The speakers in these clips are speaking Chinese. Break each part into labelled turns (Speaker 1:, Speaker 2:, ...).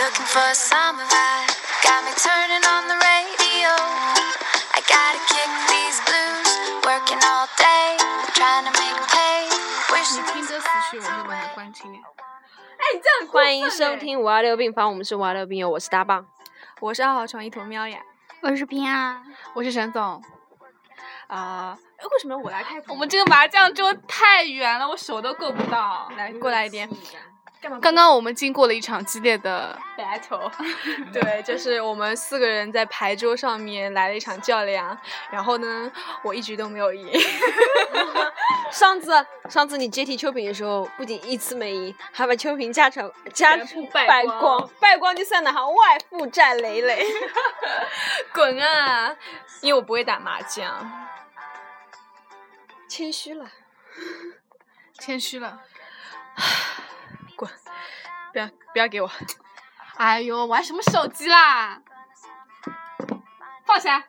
Speaker 1: looking for a summer vibe. Got me turning on the radio. I gotta kick these blues. Working all day, trying to make pay. Wish
Speaker 2: 你
Speaker 1: you
Speaker 2: 听
Speaker 1: could
Speaker 2: 歌
Speaker 1: stop
Speaker 2: 词曲，我会把它关静一点。
Speaker 3: 哎，你这样很过分
Speaker 4: 欢迎收
Speaker 3: 哎，
Speaker 4: 听五二六病房，我们是五二六病友，我是大棒。
Speaker 2: 我是二号床一坨喵呀，
Speaker 5: 我是平安，
Speaker 2: 我是沈总。啊、
Speaker 3: 哎为什么我来开头？
Speaker 2: 我们这个麻将桌太远了，我手都够不到。来，过来一点。
Speaker 3: 干嘛？
Speaker 2: 刚刚我们经过了一场激烈的，
Speaker 3: battle，对，就是我们四个人在牌桌上面来了一场较量，然后呢，我一局都没有赢，
Speaker 4: 上次上次你接替秋萍的时候，不仅一次没赢，还把秋萍家产家
Speaker 3: 全部败
Speaker 4: 败
Speaker 3: 光
Speaker 4: 光，败光就算了，还外负债累累。
Speaker 3: 滚啊！因为我不会打麻将，
Speaker 4: 谦虚了，
Speaker 2: 谦虚了。
Speaker 3: 不要不要给我，
Speaker 2: 哎呦，玩什么手机啦？放下。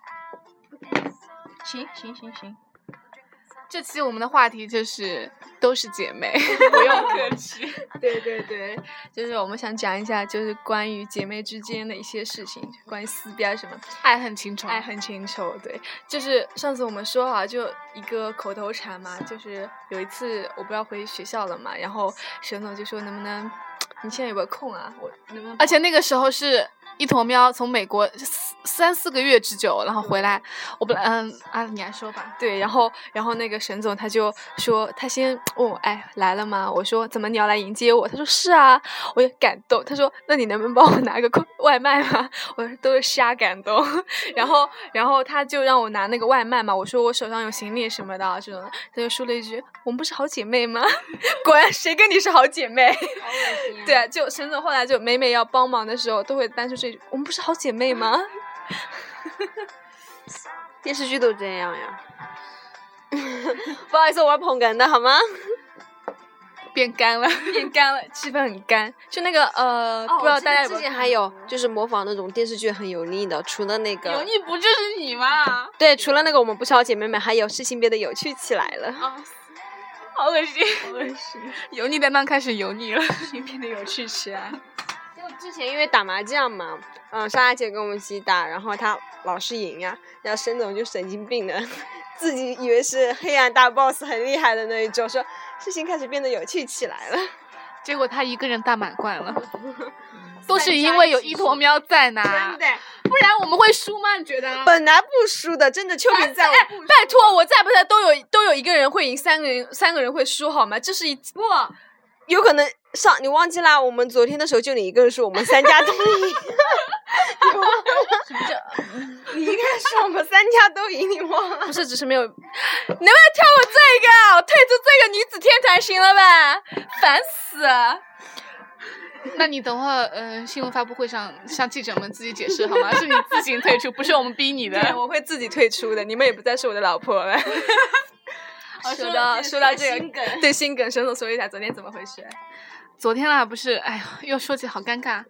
Speaker 3: 行行行行，
Speaker 2: 这期我们的话题就是都是姐 妹，
Speaker 3: 不用客气。 对对对，就是我们想讲一下，就是关于姐妹之间的一些事情，关于撕逼啊什么。
Speaker 2: 爱恨情仇。
Speaker 3: 爱恨情仇，对，就是上次我们说啊，就一个口头禅嘛，就是有一次我不要回学校了嘛，然后沈总就说能不能，你现在有没有空啊？我能不能？
Speaker 2: 而且那个时候是一坨喵从美国四三四个月之久，然后回来，我本来嗯啊，你来说吧。
Speaker 3: 对，然后然后那个沈总他就说他先问我哎来了吗？我说怎么你要来迎接我？他说是啊，我也感动。他说那你能不能帮我拿个快外卖吗？我说都是瞎感动。然后然后他就让我拿那个外卖嘛，我说我手上有行李什么的啊这种的，他就说了一句我们不是好姐妹吗？ 果然谁跟你是好姐妹？对啊，就沈总后来就每每要帮忙的时候都会搬出这句我们不是好姐妹吗？
Speaker 4: 电视剧都这样呀。 不好意思，我玩捧哏的好吗？
Speaker 2: 变干了，
Speaker 3: 变干了，气氛很干。就那个呃，
Speaker 2: 哦
Speaker 3: 不知道大家有没
Speaker 4: 之
Speaker 3: 有
Speaker 4: 前
Speaker 3: 看
Speaker 4: 还有就是模仿那种电视剧很油腻的，除了那个
Speaker 2: 油腻不就是你吗？
Speaker 4: 对，除了那个我们不是好姐妹们，还有事情变得有趣起来了。
Speaker 2: 哦好恶心，
Speaker 3: 恶心，
Speaker 2: 油腻担当开始油腻了。
Speaker 3: 你变得有趣起来。
Speaker 4: 就之前因为打麻将嘛，嗯，莎莎姐跟我们一起打，然后她老是赢啊呀、然后沈总就神经病了，自己以为是黑暗大 boss 很厉害的那一种，说事情开始变得有趣起来了。
Speaker 2: 结果他一个人大满贯了，
Speaker 3: 嗯
Speaker 2: 都是因为有一坨喵在呢，
Speaker 3: 啊
Speaker 4: 真的，
Speaker 2: 不然我们会输吗？你觉得？
Speaker 4: 本来不输的，真的秋萍 在我
Speaker 3: 哎，拜托，我在不在都有都有一个人会赢，三个人三个人会输，好吗？这是一不
Speaker 4: 有可能上你忘记啦？我们昨天的时候就你一个人输，我们三家都 赢。 你应该说我们三家都赢，你忘了？
Speaker 3: 不是，只是没 有。能不能跳过这个啊？我退出这个女子天团行了吧？烦死了！
Speaker 2: 那你等会儿嗯、呃新闻发布会上向记者们自己解释好吗？是你自行退出，不是我们逼你的。
Speaker 3: 对，哎我会 自己退出的，你们也不再是我的老婆了。哦说到说到这个， 对心梗，沈总说一下昨天怎么回事？
Speaker 2: 昨天啦，不是，哎呦，又说起好尴尬。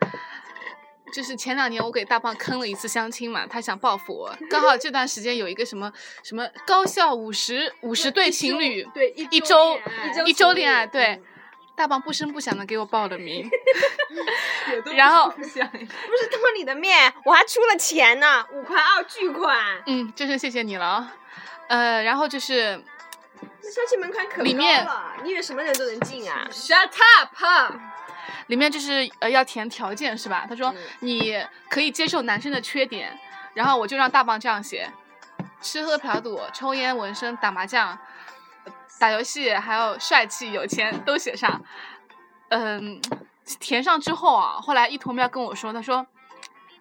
Speaker 2: 就是前两年我给大胖坑了一次相亲嘛，他想报复 我，刚好这段时间有一个什么什么高校五十五十对情侣，
Speaker 3: 对，
Speaker 2: 一周一周恋爱，对，大胖不声不响的给我报了 名，然后
Speaker 4: 不是当你的面，我还出了钱呢，五块二巨款。
Speaker 2: 嗯，真是谢谢你了啊，呃，然后就是
Speaker 4: 那相亲门槛可
Speaker 2: 里
Speaker 4: 高
Speaker 2: 面
Speaker 4: 了，你以为什么人都能进啊？
Speaker 3: Shut up！
Speaker 2: 里面就是呃要填条件是吧？他说你可以接受男生的缺点，然后我就让大棒这样写：吃喝嫖赌、抽烟、纹身、打麻将、呃打游戏，还有帅气、有钱都写上。嗯，填上之后啊，后来一坨喵跟我说，他说。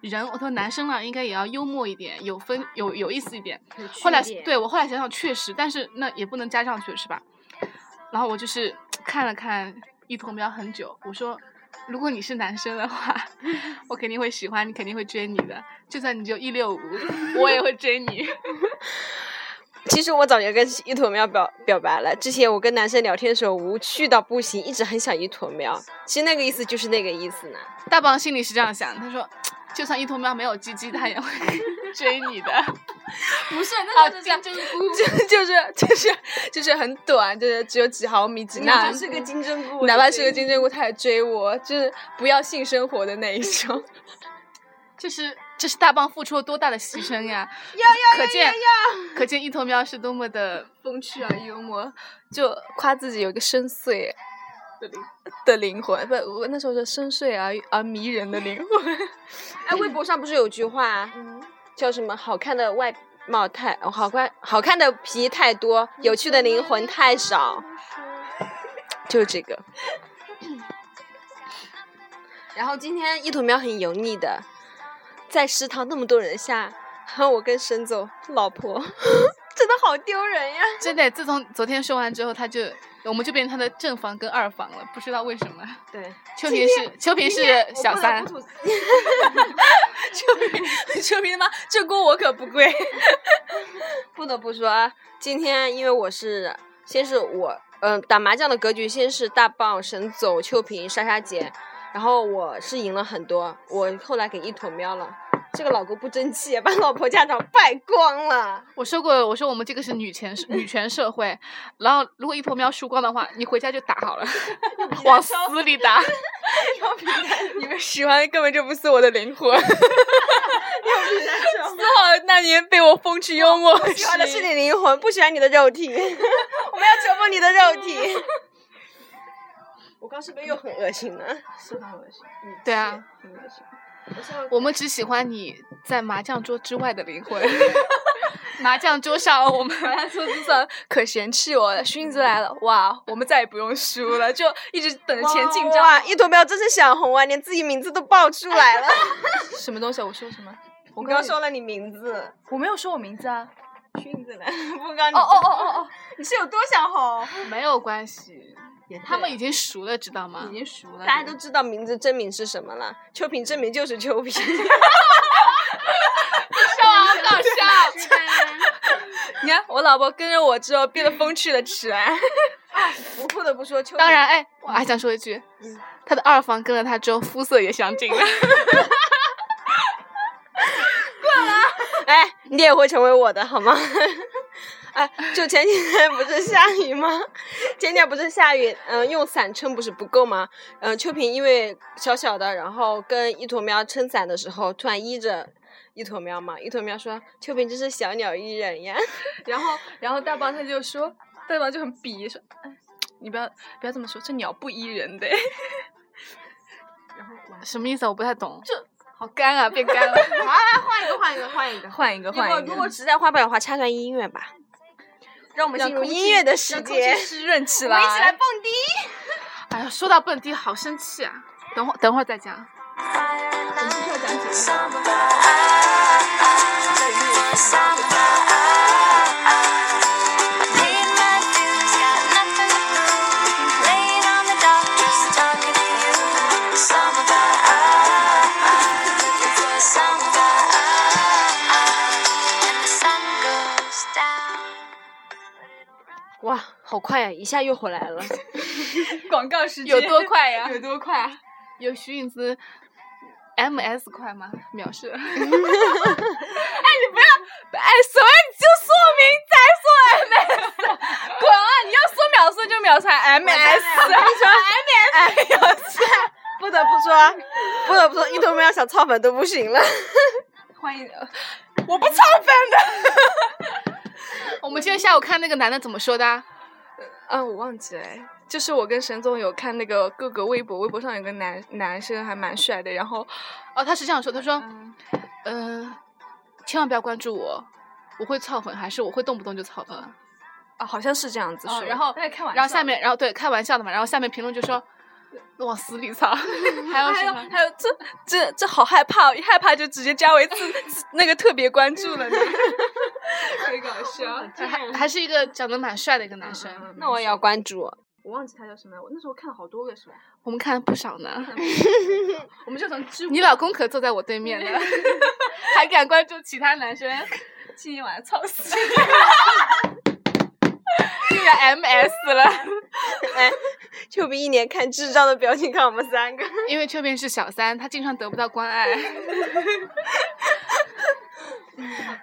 Speaker 2: 人，我说男生啊，应该也要幽默一点，有分有有意思一点。后来对我后来想想，确实，但是那也不能加上去，是吧？然后我就是看了看一坨喵很久，我说，如果你是男生的话，我肯定会喜欢你，肯定会追你的。就算你只有一六五，我也会追你。
Speaker 4: 其实我早就跟一坨喵表表白了。之前我跟男生聊天的时候无趣到不行，一直很想一坨喵。其实那个意思就是那个意思呢。
Speaker 2: 大棒心里是这样想，他说，就算一坨喵没有鸡鸡，他也会 追你的。
Speaker 3: 不是，
Speaker 2: 啊，
Speaker 3: 那
Speaker 2: 这
Speaker 3: 就
Speaker 2: 样
Speaker 3: 是
Speaker 2: 就是不
Speaker 3: 就就是就是 就是很短，就是只有几毫米几
Speaker 4: 哪
Speaker 3: 纳
Speaker 4: 怕，是个金针菇，
Speaker 3: 哪怕是个金针菇，他也追我，就是不要性生活的那一种。
Speaker 2: 这是这是大棒付出了多大的牺牲呀！可见可见一头喵是多么的啊
Speaker 3: 风趣而幽默，就夸自己有一个深邃的灵魂，不，我那时候是深邃而而迷人的灵魂。嗯
Speaker 4: 哎，微博上不是有句话、啊叫什么？好看的外貌太，哦好看好看的皮太多，有趣的灵魂 太少。就是这个。然后今天一头喵很油腻的，在食堂那么多人下， 还有我跟沈总老婆， 真的好丢人呀！
Speaker 2: 真的。自从昨天说完之后，他就我们就变成他的正房跟二房了，不知道为什么。
Speaker 4: 对，
Speaker 2: 秋萍是秋萍是小三，
Speaker 3: 秋萍他妈， 这锅我可不跪。
Speaker 4: 不得不说啊，今天因为我是先是我，嗯、打麻将的格局先是大棒、沈总、秋萍、莎莎姐，然后我是赢了很多，我后来给一坨喵了。这个老公不争气，把老婆家长败光 了。
Speaker 2: 我说过我说我们这个是女权女权社会，然后如果一头喵输光的话，你回家就打 好了，往死里打。
Speaker 3: 你们 喜欢根本就不是我的灵魂。丝 毫那年被我风趣幽默，
Speaker 4: 喜欢的是你灵魂，不喜欢你的 肉体。我们要折磨你的肉体。我刚是不是又很恶心呢？
Speaker 3: 是很恶心，
Speaker 2: 对啊，
Speaker 3: 很恶心。
Speaker 2: 我们只喜欢你在麻将桌之外的灵 魂。麻将桌上，我们
Speaker 3: 说至少可嫌弃我了，荀子来了，哇，我们再也不用输了，就一直等着前进，你知道吗
Speaker 4: 哇，一坨喵真是想红啊，连自己名字都报出来了。
Speaker 3: 什么东西啊？我说什么？我
Speaker 4: 我刚
Speaker 3: 刚
Speaker 4: 说了你名字，
Speaker 3: 我没有说我名字啊。
Speaker 4: 裙子呢？ 不刚
Speaker 3: 哦哦哦哦
Speaker 4: 你是有多想红？
Speaker 2: 没有关系，他们已经熟了，知道
Speaker 3: 哦，
Speaker 2: 吗
Speaker 3: 已？经熟了，
Speaker 4: 大家都知道名字真名是什么了，秋萍真名就是秋萍。
Speaker 2: 笑啊，很好笑。
Speaker 3: 你看我老婆跟着我之后变得风趣了起来。
Speaker 4: 我不得不说，秋萍
Speaker 2: 当然，哎，我还想说一句，
Speaker 3: 嗯
Speaker 2: 他的二房跟了他之后，肤色也相近了。
Speaker 4: 哎，你也会成为我的好吗？ 哎，就前几天不是下雨吗？前几天不是下雨，嗯、用伞撑不是不够吗？嗯、秋萍因为小小的，然后跟一坨喵撑伞的时候，突然依着一坨喵嘛，一坨喵说：“秋萍真是小鸟依人呀。
Speaker 3: 然后，然后大棒他就说，大棒就很鄙说，哎，你不要不要这么说，这鸟不依人的，
Speaker 2: 什么意思啊？我不太懂。
Speaker 3: 好干啊，变干了。
Speaker 4: 好”来换一个，换一个， 换一个。
Speaker 3: 换一个，换
Speaker 4: 如果
Speaker 3: 一
Speaker 4: 如果
Speaker 3: 个，
Speaker 4: 实在花不了的话，插段音乐吧。
Speaker 3: 让我们
Speaker 4: 进入
Speaker 3: 空
Speaker 4: 音
Speaker 3: 气
Speaker 4: 乐的世
Speaker 3: 让空
Speaker 4: 界
Speaker 3: 气湿润起
Speaker 4: 我
Speaker 3: 来。
Speaker 4: 们一起来蹦迪。
Speaker 2: 哎呀，说到蹦迪，好生气啊！等会等会儿再讲。
Speaker 4: 哇，好快呀、一下又回来了。
Speaker 3: 广告时间
Speaker 2: 有多快呀
Speaker 3: 有多快？啊
Speaker 2: 有徐颖姿，MS 快吗？秒 射。
Speaker 3: 哎，所以哎你就说明再说 MS，滚啊！你要说秒速就秒出来 MS，
Speaker 4: 哎，有事。不得不说，不得不说，一头喵想操粉都不行了。
Speaker 3: 欢迎，我不超粉的。
Speaker 2: 我们今天下午看那个男的怎么说的啊？
Speaker 3: 啊，我忘记了哎。就是我跟沈总有看那个各个微博，微博上有个男男生还蛮帅的，然后
Speaker 2: 哦，他是这样说，他说，嗯、千万不要关注我，我会操粉，还是我会动不动就操粉。
Speaker 3: 啊，好像是这样子
Speaker 2: 哦
Speaker 3: 说。
Speaker 2: 然后
Speaker 3: 在开玩笑，
Speaker 2: 然后下面，然后对开玩笑的嘛，然后下面评论就 说往死里操，还有
Speaker 3: 还
Speaker 2: 什
Speaker 3: 有
Speaker 2: 么？
Speaker 3: 还有这这这好害怕、哦，一害怕就直接加为自自那个特别关注了呢，很搞笑。
Speaker 2: 还还是一个长得蛮帅的一个男
Speaker 3: 嗯
Speaker 2: 生，
Speaker 4: 那我也要关注。哦
Speaker 3: 我忘记他叫什么了，我那时候看了好多个是吧？
Speaker 2: 我们看了不少 呢。
Speaker 3: 嗯我们就从知乎
Speaker 2: 你老公可坐在我对 面了，还敢关注其他男生？
Speaker 3: 今天晚上操死。
Speaker 2: 又要 MS 了，
Speaker 4: 哎，丘比一脸看智障的表情看我们三个。
Speaker 2: 因为秋萍是小三， 她经常得不到关爱。
Speaker 5: 好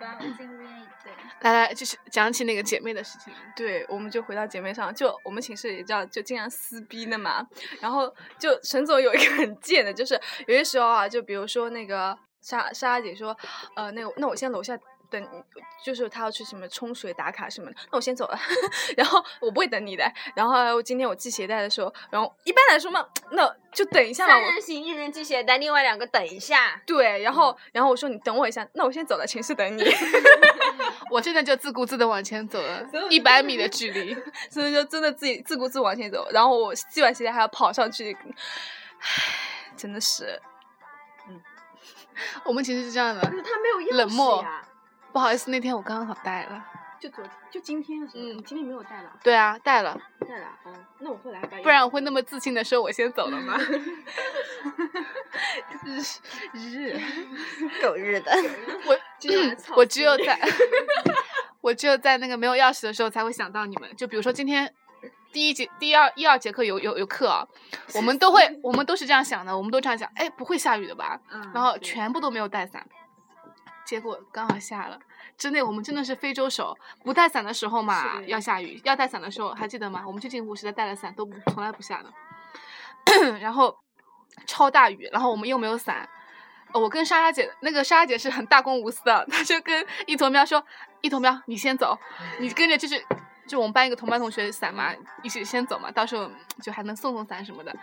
Speaker 5: 吧，我今天
Speaker 2: 来来，就是讲起那个姐妹的事情来。
Speaker 3: 对，我们就回到姐妹上，就我们寝室也知道，就经常撕逼的嘛。然后就沈总有一个很贱的，就是有些时候啊，就比如说那个莎莎姐说，呃，那个那我先楼下。等你，就是她要去什么冲水打卡什么的，那我先走了， 然后我不会等你的。然后今天我系鞋带的时候，然后一般来说嘛，那就等一下嘛，
Speaker 4: 三
Speaker 3: 我
Speaker 4: 人行，一人系鞋带，另外两个等一下。嗯
Speaker 3: 对，然后然后我说你等我一下，那我先走了，寝室等你。
Speaker 2: 我现在就自顾自的往前走了
Speaker 3: 所以我
Speaker 2: 一百米的距离，
Speaker 3: 所以就真的自己自顾自往前走，然后我系完鞋带还要跑上去，唉，真的是嗯
Speaker 2: 我们其实是这样的
Speaker 4: 可。是他没有钥匙啊
Speaker 2: 冷漠
Speaker 4: 呀
Speaker 2: 不好意思，那天我刚好带了。
Speaker 4: 就昨天，就今天是吧？
Speaker 2: 嗯
Speaker 4: 你今天没有带吧？
Speaker 2: 对啊，带了，
Speaker 4: 带了，嗯，那我会来把。
Speaker 2: 不然我会那么自信的说我先走了 吗？
Speaker 3: 日
Speaker 4: 狗日的，
Speaker 2: 我
Speaker 4: 这种人操
Speaker 2: 我 只有
Speaker 4: 心
Speaker 2: 在 我只有在那个没有钥匙的时候才会想到你们。就比如说今天第一节、第二一二节课有有有课啊，我们都会我们都是这样想的，我们都这样想，哎，不会下雨的吧？
Speaker 4: 嗯
Speaker 2: 然后
Speaker 4: 对
Speaker 2: 全部都没有带伞，结果刚好下了。真的，我们真的是非洲手，不带伞的时候嘛
Speaker 4: 是的
Speaker 2: 要下雨，要带伞的时候还记得吗？我们去镜湖时代带了伞，都不从来不下的。 然后超大雨，然后我们又没有伞。呃我跟莎莎姐，那个莎莎姐是很大公无私的，她就跟一头喵说：“一头喵，你先走，你跟着就是就我们班一个同班同学伞嘛，一起先走嘛，到时候就还能送送伞什么的。”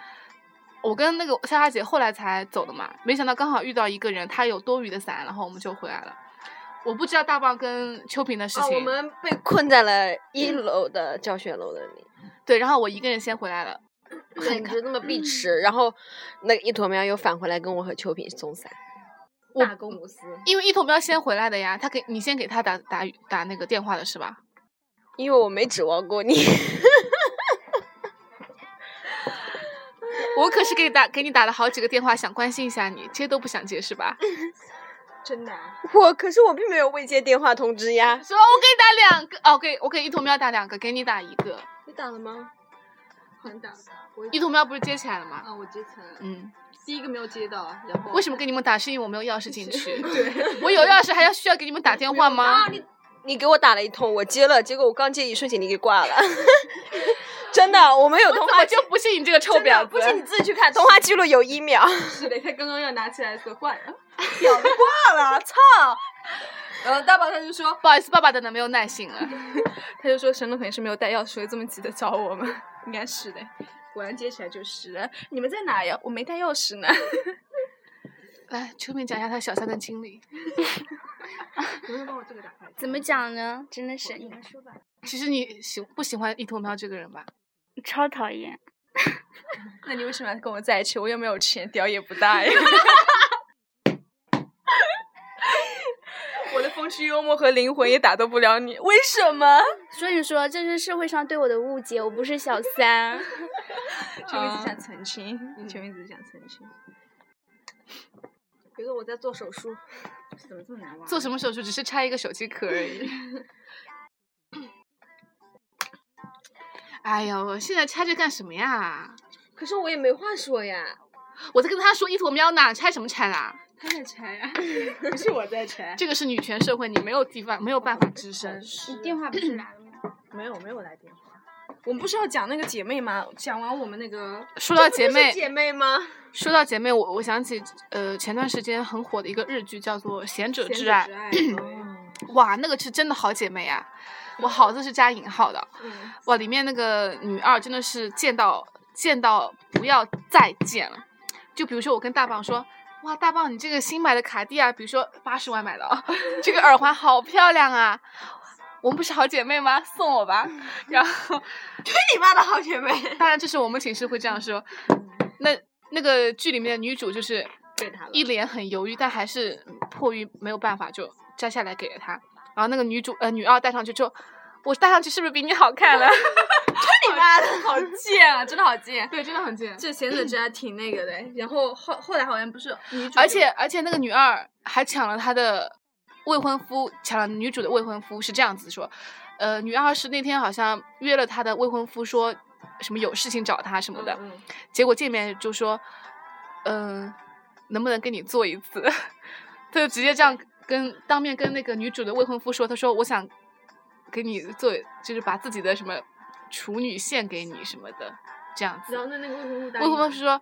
Speaker 2: 我跟那个莎莎姐后来才走的嘛，没想到刚好遇到一个人，他有多余的伞，然后我们就回来了。我不知道大棒跟秋萍的事
Speaker 4: 啊，
Speaker 2: 情，
Speaker 4: 我们被困在了一楼的教学楼的里，
Speaker 2: 对，然后我一个人先回来了，
Speaker 4: 对，你就那么必吃。然后那个一坨喵又返回来跟我和秋萍送伞，
Speaker 2: 我
Speaker 4: 公无私。
Speaker 2: 因为一头喵先回来的呀，他给你先给他打打打那个电话的是吧？
Speaker 4: 因为我没指望过你，
Speaker 2: 我可是给你打给你打了好几个电话，想关心一下你，这些都不想接是吧？
Speaker 3: 真难，
Speaker 4: 我可是我并没有未接电话通知呀。
Speaker 2: 说我给你打两个，哦，给我给一头喵打两个，给你打一个。
Speaker 4: 你打了吗？
Speaker 5: 很打，我
Speaker 2: 一头喵不是接起来了吗？
Speaker 5: 啊，我接起来了，
Speaker 2: 嗯，
Speaker 5: 第一个没有接到，然后
Speaker 2: 为什么给你们打？是因为我没有钥匙进去。
Speaker 5: 对，啊
Speaker 2: 我有钥匙还要需要给你们打电话吗？
Speaker 4: 你给我打了一通，我接了，结果我刚接一瞬间你给挂了。 真的，我们有
Speaker 2: 我
Speaker 4: 通
Speaker 2: 怎
Speaker 4: 话
Speaker 2: 么就不信你这个臭
Speaker 4: 真的
Speaker 2: 婊
Speaker 4: 不信你
Speaker 2: 子？
Speaker 4: 自己去 看通话记录，有一秒。
Speaker 5: 是的，他刚刚要拿起来所坏了，
Speaker 4: 挂了，操！
Speaker 3: 然后大宝他就说，
Speaker 2: 不好意思，爸爸等的没有耐心了。
Speaker 3: 他就说沈总肯定是没有带钥匙，所以这么急的找我们，应该是的。果然接起来就是，你们在哪呀？我没带钥匙呢。
Speaker 2: 来，秋哎萍讲一下她小三的经历。
Speaker 5: 能不能帮我这个打开？
Speaker 6: 怎么讲呢？真的是
Speaker 5: 你们说吧，
Speaker 2: 其实你喜不喜欢一头喵这个人吧？
Speaker 6: 超讨厌。
Speaker 3: 那你为什么要跟我在一起？我又没有钱，屌也不大呀。 我的风趣幽默和灵魂也打动不了你，为什么？
Speaker 6: 所以说，这是社会上对我的误解，我不是小三。
Speaker 3: 秋明只想
Speaker 4: 嗯
Speaker 3: 澄清，秋明只想澄清。
Speaker 4: 觉得我在做手术，
Speaker 5: 怎么这么难
Speaker 3: 啊
Speaker 5: 忘？
Speaker 2: 做什么手术？只是拆一个手机壳而已。哎呀，我现在拆这干什么呀？
Speaker 4: 可是我也没话说呀。
Speaker 2: 我在跟他说一坨喵呢，拆什么拆啦？
Speaker 5: 他在 拆啊，不是我在拆，
Speaker 2: 这个是女权社会，你没有地方，没有办法吱声。
Speaker 6: 你电话不是来了吗？
Speaker 5: 没有没有来电话，
Speaker 3: 我们不是要讲那个姐妹吗？讲完我们那个，
Speaker 2: 说到姐妹，
Speaker 4: 姐妹吗？
Speaker 2: 说到姐妹，我我想起呃前段时间很火的一个日剧，叫做《贤者之爱
Speaker 5: 爱，》。
Speaker 4: 嗯
Speaker 2: 哇，那个是真的好姐妹啊！我好字是加引号的。
Speaker 5: 嗯
Speaker 2: 哇，里面那个女二真的是见到见到不要再见了。就比如说我跟大棒说，哇，大棒你这个新买的卡地亚，比如说八十万买的啊， 这个耳环好漂亮啊，我们不是好姐妹吗？送我 吧。然后，
Speaker 5: 你妈的好姐妹，
Speaker 2: 当然这是我们寝室会这样说。那那个剧里面的女主就是
Speaker 4: 给他了
Speaker 2: 一脸很犹豫，但还是迫于没有办法就摘下来给了她。然后那个女主呃女二戴上去之后，我戴上去是不是比你好看 了？
Speaker 3: 你妈的，好贱啊！真的好 贱。
Speaker 2: 对，真的很贱。
Speaker 3: 这贤者之爱挺那个的，然后后后来好像不是女主，
Speaker 2: 而且而且那个女二还抢了她的未婚夫，抢了女主的未婚夫，是这样子说，呃，女二是那天好像约了她的未婚夫说什么有事情找她什么的，
Speaker 4: 嗯
Speaker 2: 结果见面就说，嗯、能不能跟你做 一次？他就直接这样跟当面跟那个女主的未婚夫说，他说我想给你做，就是把自己的什么处女献给你什么的，这样子。
Speaker 5: 然后那那个未婚夫答
Speaker 2: 未婚夫
Speaker 5: 应，
Speaker 2: 说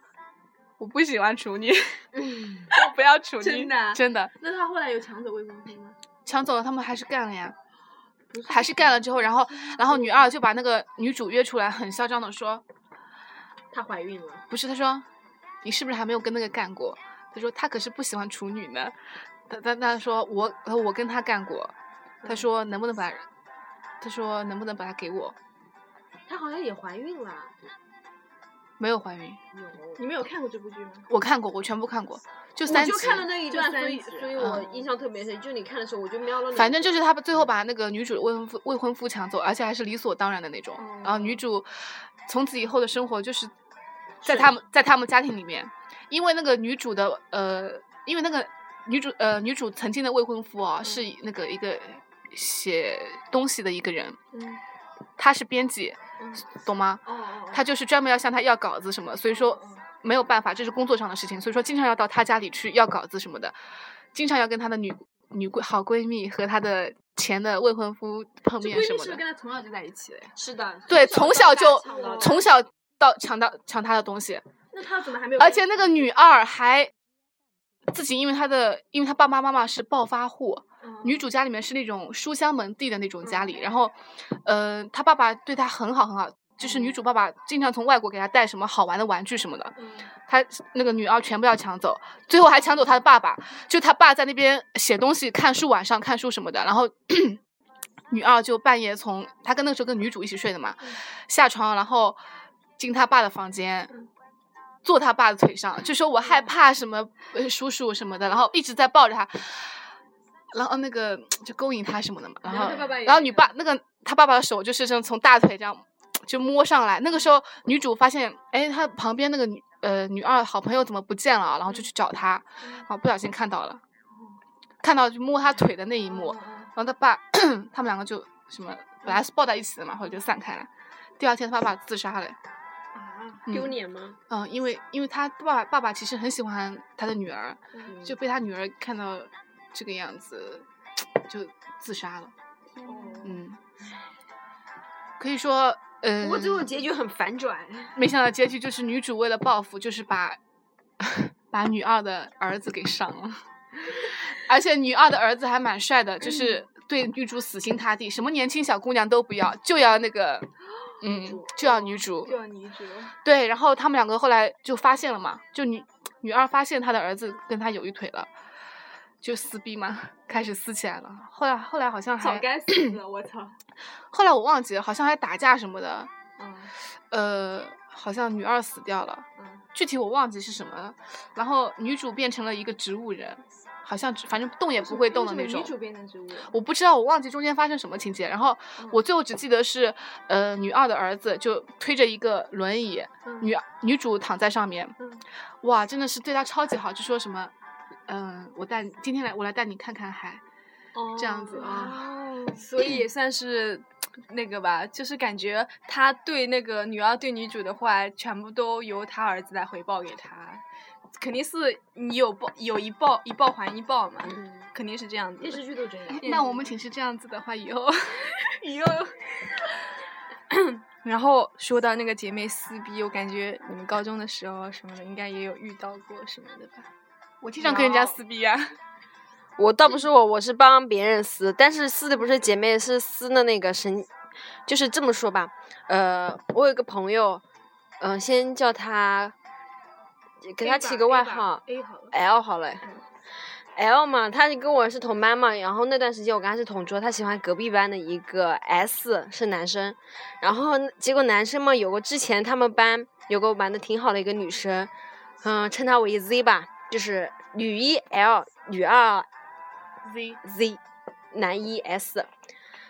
Speaker 2: 我不喜欢处女， 我不要处女，
Speaker 5: 真的啊
Speaker 2: 真的
Speaker 5: 那他后来有抢走未婚夫吗？
Speaker 2: 抢走了，他们还是干了呀，还是干了之后，然后然后女二就把那个女主约出来，很嚣张的说，
Speaker 5: 她怀孕了，
Speaker 2: 不是，他说你是不是还没有跟那个干过？他说他可是不喜欢处女呢。他他他说我呃我跟他干过，他说能不能把，他说能不能把他给我？
Speaker 5: 她好像也怀孕了。
Speaker 2: 没有怀孕，
Speaker 5: 有，你们有看过这部剧吗？
Speaker 2: 我看过，我全部看过，就
Speaker 4: 我
Speaker 2: 三集
Speaker 4: 就。看了那一
Speaker 5: 就
Speaker 4: 段，所
Speaker 5: 三
Speaker 4: 以
Speaker 5: 集
Speaker 4: 所以我印象特别深。就你看的时候，我就瞄了。
Speaker 2: 反正就是他们最后把那个女主的未婚夫未婚夫抢走，而且还是理所当然的那种。然后女主从此以后的生活就是在他们在他们家庭里面，因为那个女主的呃，因为那个女主呃女主曾经的未婚夫啊、是那个一个写东西的一个人，
Speaker 5: 嗯，
Speaker 2: 他是编辑，
Speaker 5: 嗯
Speaker 2: 懂吗？
Speaker 5: 哦哦
Speaker 2: 他就是专门要向他要稿子什么，所以说
Speaker 5: 嗯嗯
Speaker 2: 没有办法，这是工作上的事情，所以说经常要到他家里去要稿子什么的，经常要跟他的女女闺好闺蜜和他的前的未婚夫碰
Speaker 5: 这
Speaker 2: 面
Speaker 5: 闺
Speaker 2: 什
Speaker 5: 蜜
Speaker 2: 么
Speaker 5: 是
Speaker 2: 的
Speaker 5: 跟，她从小就在一起的，
Speaker 4: 是的，
Speaker 2: 对，从小就
Speaker 4: 抢到
Speaker 2: 从小到抢到抢他的东西，
Speaker 5: 那她怎么还没有？
Speaker 2: 而且那个女二还自己因为她的因为她爸爸妈妈是暴发户，
Speaker 5: 嗯
Speaker 4: 嗯
Speaker 2: 女主家里面是那种书香门第的那种家里，然后，呃，她爸爸对她很好很好，就是女主爸爸经常从外国给她带什么好玩的玩具什么的，
Speaker 5: 嗯
Speaker 2: 她那个女二全部要抢走，最后还抢走她的爸爸，就她爸在那边写东西、看书，晚上看书什么的，然后 女二就半夜从她跟那个时候跟女主一起睡的嘛，
Speaker 5: 嗯
Speaker 2: 下床然后进她爸的房间。
Speaker 5: 嗯
Speaker 2: 坐她爸的腿上，就说我害怕什么呃叔叔什么的，然后一直在抱着她，然后那个就勾引她什么的嘛，然
Speaker 5: 然后
Speaker 2: 后
Speaker 5: 她爸爸也
Speaker 2: 然后
Speaker 5: 是
Speaker 2: 你爸那个她爸爸的手就是这样从大腿这样就摸上来，那个时候女主发现，哎，她旁边那个女呃女二好朋友怎么不见了，然后就去找她，然后不小心看到了，看到就摸她腿的那一幕，
Speaker 5: 嗯
Speaker 2: 然后他爸 他们两个就什么本来是抱在一起的嘛，后来就散开了。第二天他爸爸自杀了，
Speaker 5: 啊
Speaker 2: 嗯
Speaker 4: 丢脸吗？
Speaker 2: 嗯，因为因为他爸爸爸爸其实很喜欢他的女儿，嗯就被他女儿看到这个样子，就自杀了。嗯，可以说，嗯，
Speaker 4: 不过最后结局很反转，
Speaker 2: 没想到结局就是女主为了报复，就是把 把女二的儿子给上了，而且女二的儿子还蛮帅的，就是对女主死心塌地，什么年轻小姑娘都不要，就要那个，嗯，就要女主，
Speaker 5: 叫女主，
Speaker 2: 对，然后他们两个后来就发现了嘛，就女女二发现她的儿子跟她有一腿了，就撕逼嘛，开始撕起来了。后来后来好像
Speaker 5: 早
Speaker 2: 还，
Speaker 5: 该死了，我 操！
Speaker 2: 后来我忘记了，好像还打架什么的，
Speaker 5: 嗯，
Speaker 2: 呃，好像女二死掉了，
Speaker 5: 嗯
Speaker 2: 具体我忘记是什么了。然后女主变成了一个植物人，好像只反正动也不会动的那
Speaker 5: 为什
Speaker 2: 种
Speaker 5: 么女。主变成植物人，
Speaker 2: 我不知道，我忘记中间发生什么情节。然后我最后只记得是，呃，女二的儿子就推着一个轮椅，
Speaker 5: 嗯
Speaker 2: 女女主躺在上面，
Speaker 5: 嗯
Speaker 2: 哇，真的是对她超级好，就说什么，嗯、我带你今天来，我来带你看看海，这样子啊，
Speaker 3: 所以也算是那个吧，就是感觉他对那个女二对女主的话，全部都由他儿子来回报给他，肯定是你有报有一报一报还一报嘛，肯定是这样子
Speaker 5: 嗯电视
Speaker 3: 的。
Speaker 5: 剧都这样。
Speaker 2: 那我们寝室这样子的话，以后
Speaker 3: 以 后。然后说到那个姐妹撕逼，我感觉你们高中的时候什么的，应该也有遇到过什么的吧？
Speaker 2: 我经常跟人家撕逼啊，
Speaker 4: 我倒不是我，我是帮别人撕，但是撕的不是姐妹，是撕的那个神，就是这么说吧。呃，我有一个朋友，嗯、先叫他，给他起个外号
Speaker 5: A 好了，嗯
Speaker 4: L 好了。L 嘛，他跟我是同班嘛，然后那段时间我跟他是同桌，他喜欢隔壁班的一个 S 是男生，然后结果男生嘛有个之前他们班有个玩的挺好的一个女生，嗯，称她为 Z 吧，就是女一 L，女二 Z Z，男一 S，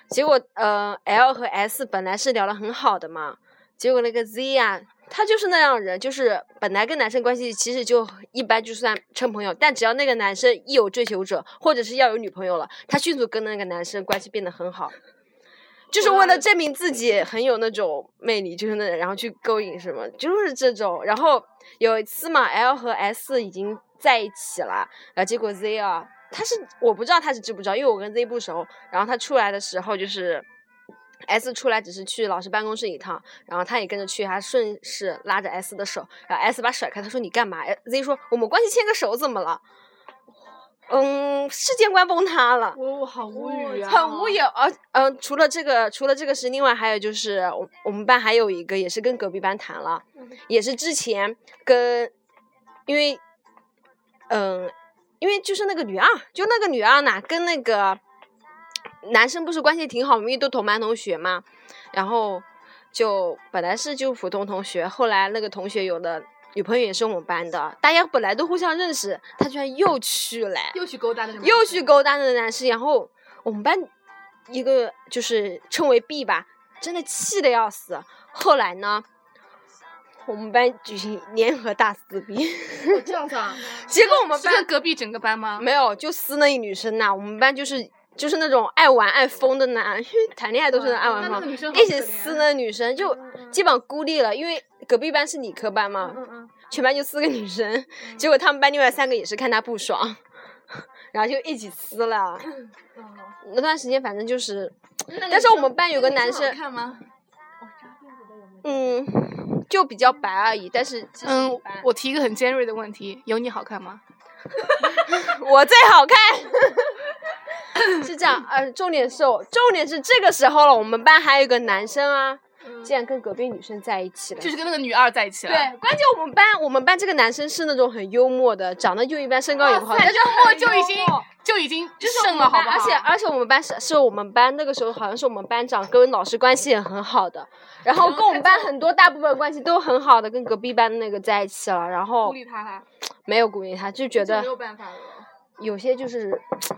Speaker 4: 结果呃 L 和 S 本来是聊得很好的嘛，结果那个 Z 呀、他就是那样的人，就是本来跟男生关系其实就一般，就算称朋友，但只要那个男生一有追求者，或者是要有女朋友了，他迅速跟那个男生关系变得很好，就是为了证明自己很有那种魅力，就是那，然后去勾引什么，就是这种。然后有一次嘛，L 和 S 已经在一起了，然后结果 Z 啊，他是我不知道他是知不知道，因为我跟 Z 不熟。然后他出来的时候就是 S 出来只是去老师办公室一趟，然后他也跟着去，还顺势拉着 S 的手，然后 S 把甩开，他说你干嘛？Z 说我们关系牵个手怎么了？嗯，世界观崩塌了。
Speaker 2: 我我哦好无语啊，
Speaker 4: 很无语。而呃，除了这个，除了这个事，另外还有就是，我我们班还有一个也是跟隔壁班谈了，
Speaker 2: 嗯
Speaker 4: 也是之前跟，因为，嗯、因为就是那个女二，就那个女二呢，跟那个男生不是关系挺好，我们也都同班同学嘛，然后就本来是就普通同学，后来那个同学有的女朋友也是我们班的，大家本来都互相认识，他居然又去了，
Speaker 2: 又去勾搭的什么？
Speaker 4: 又去。勾搭的男生，然后我们班一个就是称为 B 吧，真的气的要死。后来呢，我们班举行联合大撕逼，
Speaker 2: 这样子 啊？
Speaker 4: 结果我们
Speaker 2: 是
Speaker 4: 班
Speaker 2: 跟隔壁整个班吗？
Speaker 4: 没有就撕那一女生呐、我们班就是就是那种爱玩爱疯的呐、因为谈恋爱都是爱玩
Speaker 2: 那那个
Speaker 4: 疯，
Speaker 2: 女生好
Speaker 4: 一
Speaker 2: 可
Speaker 4: 起
Speaker 2: 怜啊嗯
Speaker 4: 撕那女生就基本上孤立了，因为隔壁班是理科班嘛，
Speaker 2: 嗯
Speaker 4: 全班就四个女生， 结果他们班另外三个也是看她不爽， 然后就一起撕了。
Speaker 2: 嗯哦
Speaker 4: 那段时间反正就是，但是我们班有个男生，
Speaker 2: 看吗？
Speaker 4: 嗯，就比较白而已，但是其实
Speaker 2: 嗯
Speaker 4: 一般，
Speaker 2: 我提一个很尖锐的问题，有你好看吗？
Speaker 4: 我最好看。 是这样，呃，重点是我，重点是这个时候了，我们班还有一个男生啊，竟然跟隔壁女生在一起了。
Speaker 2: 嗯就是跟那个女二在一起了。
Speaker 4: 对，，关键我们班，我们班这个男生是那种很幽默的，长得又一般，身高也不好，但
Speaker 2: 反
Speaker 4: 是
Speaker 2: 正我
Speaker 4: 很
Speaker 2: 就已
Speaker 4: 幽
Speaker 2: 经
Speaker 4: 默
Speaker 2: 就已经
Speaker 4: 就是我
Speaker 2: 胜
Speaker 4: 们
Speaker 2: 了，好
Speaker 4: 班
Speaker 2: 不好？
Speaker 4: 而且而且我们班是是我们班那个时候好像是我们班长跟老师关系也很好的，然后跟我们班很多大部分关系都很好的，跟隔壁班的那个在一起了，然后
Speaker 2: 孤立他啦，
Speaker 4: 没有鼓励他，就觉
Speaker 2: 这
Speaker 4: 得
Speaker 2: 没有办法了。
Speaker 4: 有些就是，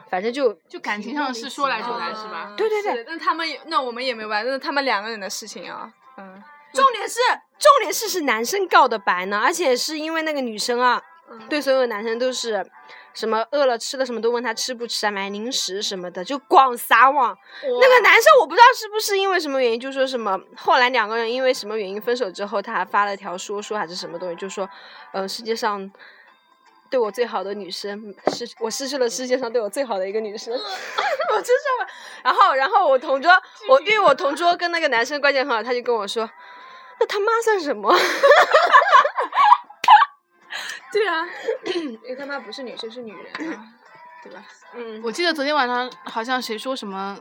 Speaker 4: 反正就
Speaker 2: 就感情上是说来说来是吧？
Speaker 4: 嗯对对对
Speaker 3: 是，那他们也那我们也没办法，那是他们两个人的事情啊。嗯，
Speaker 4: 重点是重点是是男生告的白呢，而且是因为那个女生啊，对所有男生都是什么饿了吃了什么都问他吃不吃啊，买零食什么的，就广撒网。那个男生我不知道是不是因为什么原因，就说什么后来两个人因为什么原因分手之后，他还发了条说说还是什么东西，就说，嗯、世界上。对我最好的女生，失我失去了世界上对我最好的一个女生，我真 受不了。然后，然后我同桌，我因为我同桌跟那个男生关系很好，他就跟我说，那他妈算什么？
Speaker 3: 对 啊，
Speaker 5: 因为他妈不是女生是女人啊，对吧？
Speaker 4: 嗯，
Speaker 2: 我记得昨天晚上好像谁说什么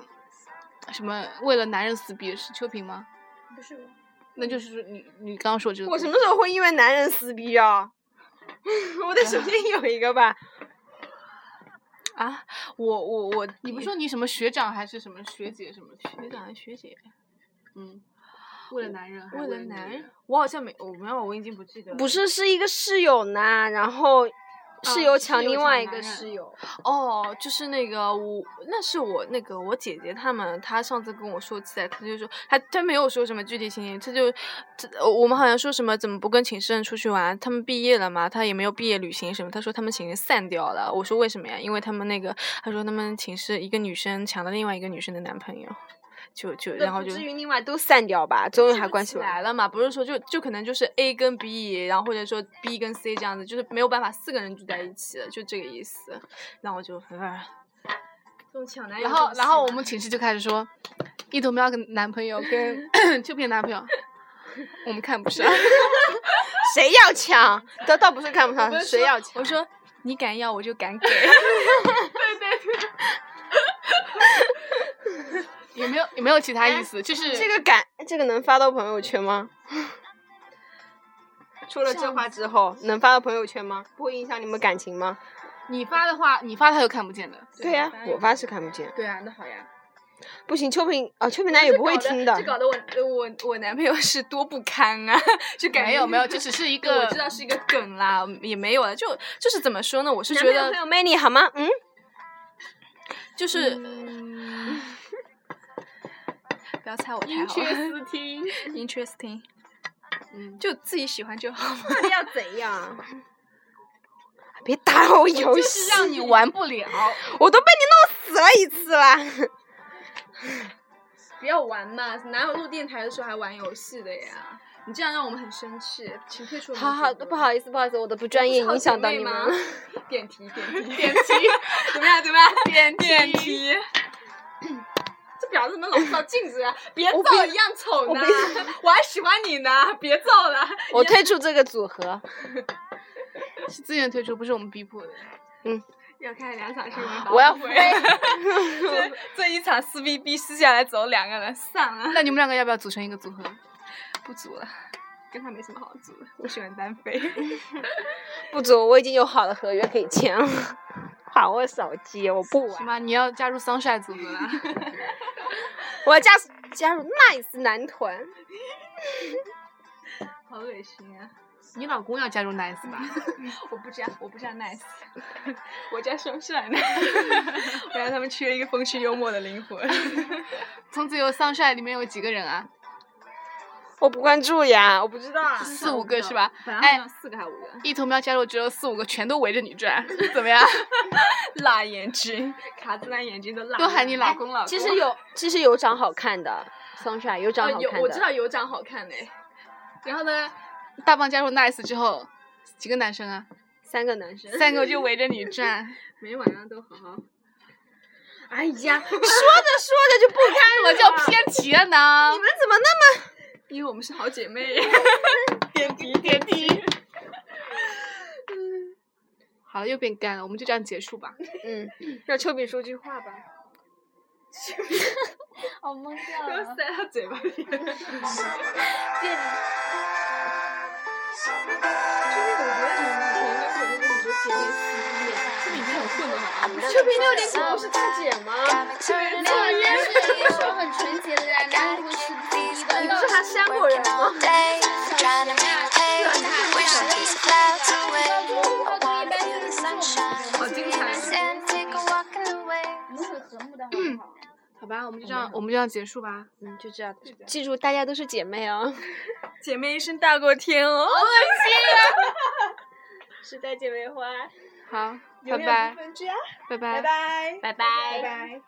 Speaker 2: 什么为了男人撕逼，是秋萍吗？
Speaker 6: 不是我，
Speaker 2: 那就是你你刚刚说
Speaker 3: 嗯
Speaker 2: 这个故
Speaker 4: 我
Speaker 2: 事。
Speaker 4: 什么时候会因为男人撕逼啊？ 我得首先有一个吧。
Speaker 3: 啊，我我我，
Speaker 2: 你不说你什么学长还是什么学姐什么学
Speaker 3: 学？长学姐，
Speaker 2: 嗯，为了男人还
Speaker 3: 为
Speaker 2: 是
Speaker 3: 了
Speaker 2: 女
Speaker 3: 男
Speaker 2: 人
Speaker 3: 人，我好像没，我没有，我已经不记得了。
Speaker 4: 不是，是一个室友呢，然后
Speaker 3: 啊
Speaker 4: 室友抢另外一个室友。
Speaker 3: 哦，就是那个我，那是我那个我姐姐他们，她上次跟我说起来，她就说她她没有说什么具体情形，她就这我们好像说什么怎么不跟寝室人出去玩，他们毕业了嘛，她也没有毕业旅行什么，她说他们寝室散掉了，我说为什么呀？因为他们那个她说他们寝室一个女生抢了另外一个女生的男朋友，就就然后就
Speaker 4: 至于另外都散掉吧，总有还
Speaker 3: 还
Speaker 4: 关
Speaker 3: 关
Speaker 4: 系
Speaker 3: 起
Speaker 4: 吧。
Speaker 3: 来了嘛，不是说就就可能就是 A 跟 B，然后或者说 B 跟 C 这样子，就是没有办法四个人住在一起了，就这个意思。然后我就，哎
Speaker 5: 这种
Speaker 3: 啊
Speaker 5: 抢男友
Speaker 2: 然
Speaker 5: 这种
Speaker 2: 后，然后我
Speaker 5: 戏
Speaker 2: 们寝室就开始说，一朵喵跟男朋友跟 秋萍男朋友，我们看不上。
Speaker 4: 谁要抢？倒倒不是看不
Speaker 2: 啊
Speaker 4: 上
Speaker 3: 我，们
Speaker 4: 谁
Speaker 3: 说
Speaker 4: 要抢？
Speaker 3: 我说你敢要我就敢给，
Speaker 2: 也 没有也没有其他意
Speaker 3: 哎
Speaker 2: 思，就是
Speaker 4: 这个敢，这个能发到朋友圈吗？ 说了这话之后，能发到朋友圈吗？不会影响你们感情吗？
Speaker 2: 你发的话，你发他又看不见的。
Speaker 4: 对呀、我发是看不见。
Speaker 5: 对啊，那好呀，
Speaker 4: 不行，秋萍啊，秋萍男也不会听的
Speaker 3: 这。搞得我我我男朋友是多不堪啊，就感觉
Speaker 2: 没有没有，这只是一
Speaker 3: 对
Speaker 2: 个
Speaker 3: 我知道是一个梗啦，也没有了，就就是怎么说呢？我是
Speaker 4: 男
Speaker 3: 觉
Speaker 4: 朋友
Speaker 3: 得
Speaker 4: 很有魅力好吗？嗯，
Speaker 3: 就是。不要猜我太好
Speaker 5: 听，
Speaker 3: ，interesting，
Speaker 2: 嗯
Speaker 3: 就自己喜欢就好嘛。
Speaker 4: 要怎样？ 别打扰我游
Speaker 2: 就
Speaker 4: 戏
Speaker 2: 是，让你玩 不了。
Speaker 4: 我都被你弄死了一次了。
Speaker 5: 不要玩嘛，哪有录电台的时候还玩游戏的呀？ 你这样让我们很生气，请退出我们
Speaker 4: 好
Speaker 5: 的
Speaker 4: 好，
Speaker 5: 组
Speaker 4: 不
Speaker 5: 合
Speaker 4: 好意思，不好意思，我的不专业影响到你们了。
Speaker 5: 点 题点题，
Speaker 2: 点题，怎么样？怎么样？点点题，
Speaker 5: 这婊子怎么老照镜子啊？别
Speaker 4: 我
Speaker 5: 照
Speaker 4: 不
Speaker 5: 一样丑
Speaker 4: 我
Speaker 5: 呢
Speaker 4: 不，
Speaker 5: 我还喜欢你呢，别照了。
Speaker 4: 我退出这个组合。
Speaker 2: 是自愿退出，不是我们逼迫的。
Speaker 5: 要看两场新闻发布会，
Speaker 4: 我 要
Speaker 5: 这这一场撕逼逼撕下来走两个人，散了，
Speaker 2: 那你们两个要不要组成一个组合？
Speaker 5: 不足了，跟他没什么好组的，我喜欢单飞。
Speaker 4: 不足，我已经有好的合约可以签了。 把我手机，我不
Speaker 2: 什
Speaker 4: 玩，
Speaker 2: 么？你要加入 Sunshine 组合 啊？
Speaker 4: 我要加加入 Nice 男团。
Speaker 5: 好恶心啊！
Speaker 2: 你老公要加入 Nice 吧？
Speaker 5: 我不加，我不加 nice，我加双帅 n 我让他们缺一个风趣幽默的灵魂。
Speaker 2: 从此有 Sunshine 里面有几个人啊？
Speaker 4: 我不关注呀，我不知道啊。
Speaker 2: 四五个是吧？
Speaker 5: 哎，
Speaker 2: 哎，
Speaker 5: 四个还是五个？
Speaker 2: 一头喵加入只有四五个，全都围着你 转，怎么样？
Speaker 5: 辣眼睛，卡姿兰眼睛都辣。哎
Speaker 2: 都喊你老
Speaker 5: 公老
Speaker 4: 其实有，其实有长好看的，Sunshine 有长好
Speaker 5: 啊
Speaker 4: 看
Speaker 5: 有
Speaker 4: 的。
Speaker 5: 我知道有长好看的哎，
Speaker 2: 然后呢，大棒加入 Nice 之后，几个男生 啊？
Speaker 4: 三个男生，
Speaker 2: 三个就围着你转。
Speaker 5: 每晚上都好好。哎呀，
Speaker 4: 说着就不看，
Speaker 2: 我 就偏题了呢。
Speaker 4: 你们怎么那么
Speaker 5: 因为我们是好姐妹。
Speaker 2: 点题点题。好了，又变干了，我们就这样结束 吧。
Speaker 4: 嗯？让丘比说句话吧。
Speaker 6: 好懵
Speaker 5: 都
Speaker 6: 掉。
Speaker 5: 塞他嘴 巴里。
Speaker 4: 丘比六零啊九不是大姐吗？
Speaker 6: 没有，那是一首很纯洁的男男故事第一的。
Speaker 4: 不是他山过人吗？
Speaker 6: 我们很和睦的好不好？
Speaker 2: 好吧，我们就这样，我们就这样结束吧。
Speaker 4: 嗯，就这样。记住，大家都是姐妹哦。
Speaker 5: 姐妹一声大过天哦！
Speaker 4: 啊 时代姐妹花，
Speaker 2: 好，
Speaker 5: 永
Speaker 2: 拜
Speaker 5: 远
Speaker 2: 拜
Speaker 5: 不，分居啊！
Speaker 2: 拜
Speaker 5: 拜
Speaker 2: 拜。
Speaker 5: 拜，
Speaker 4: 拜拜
Speaker 5: 拜。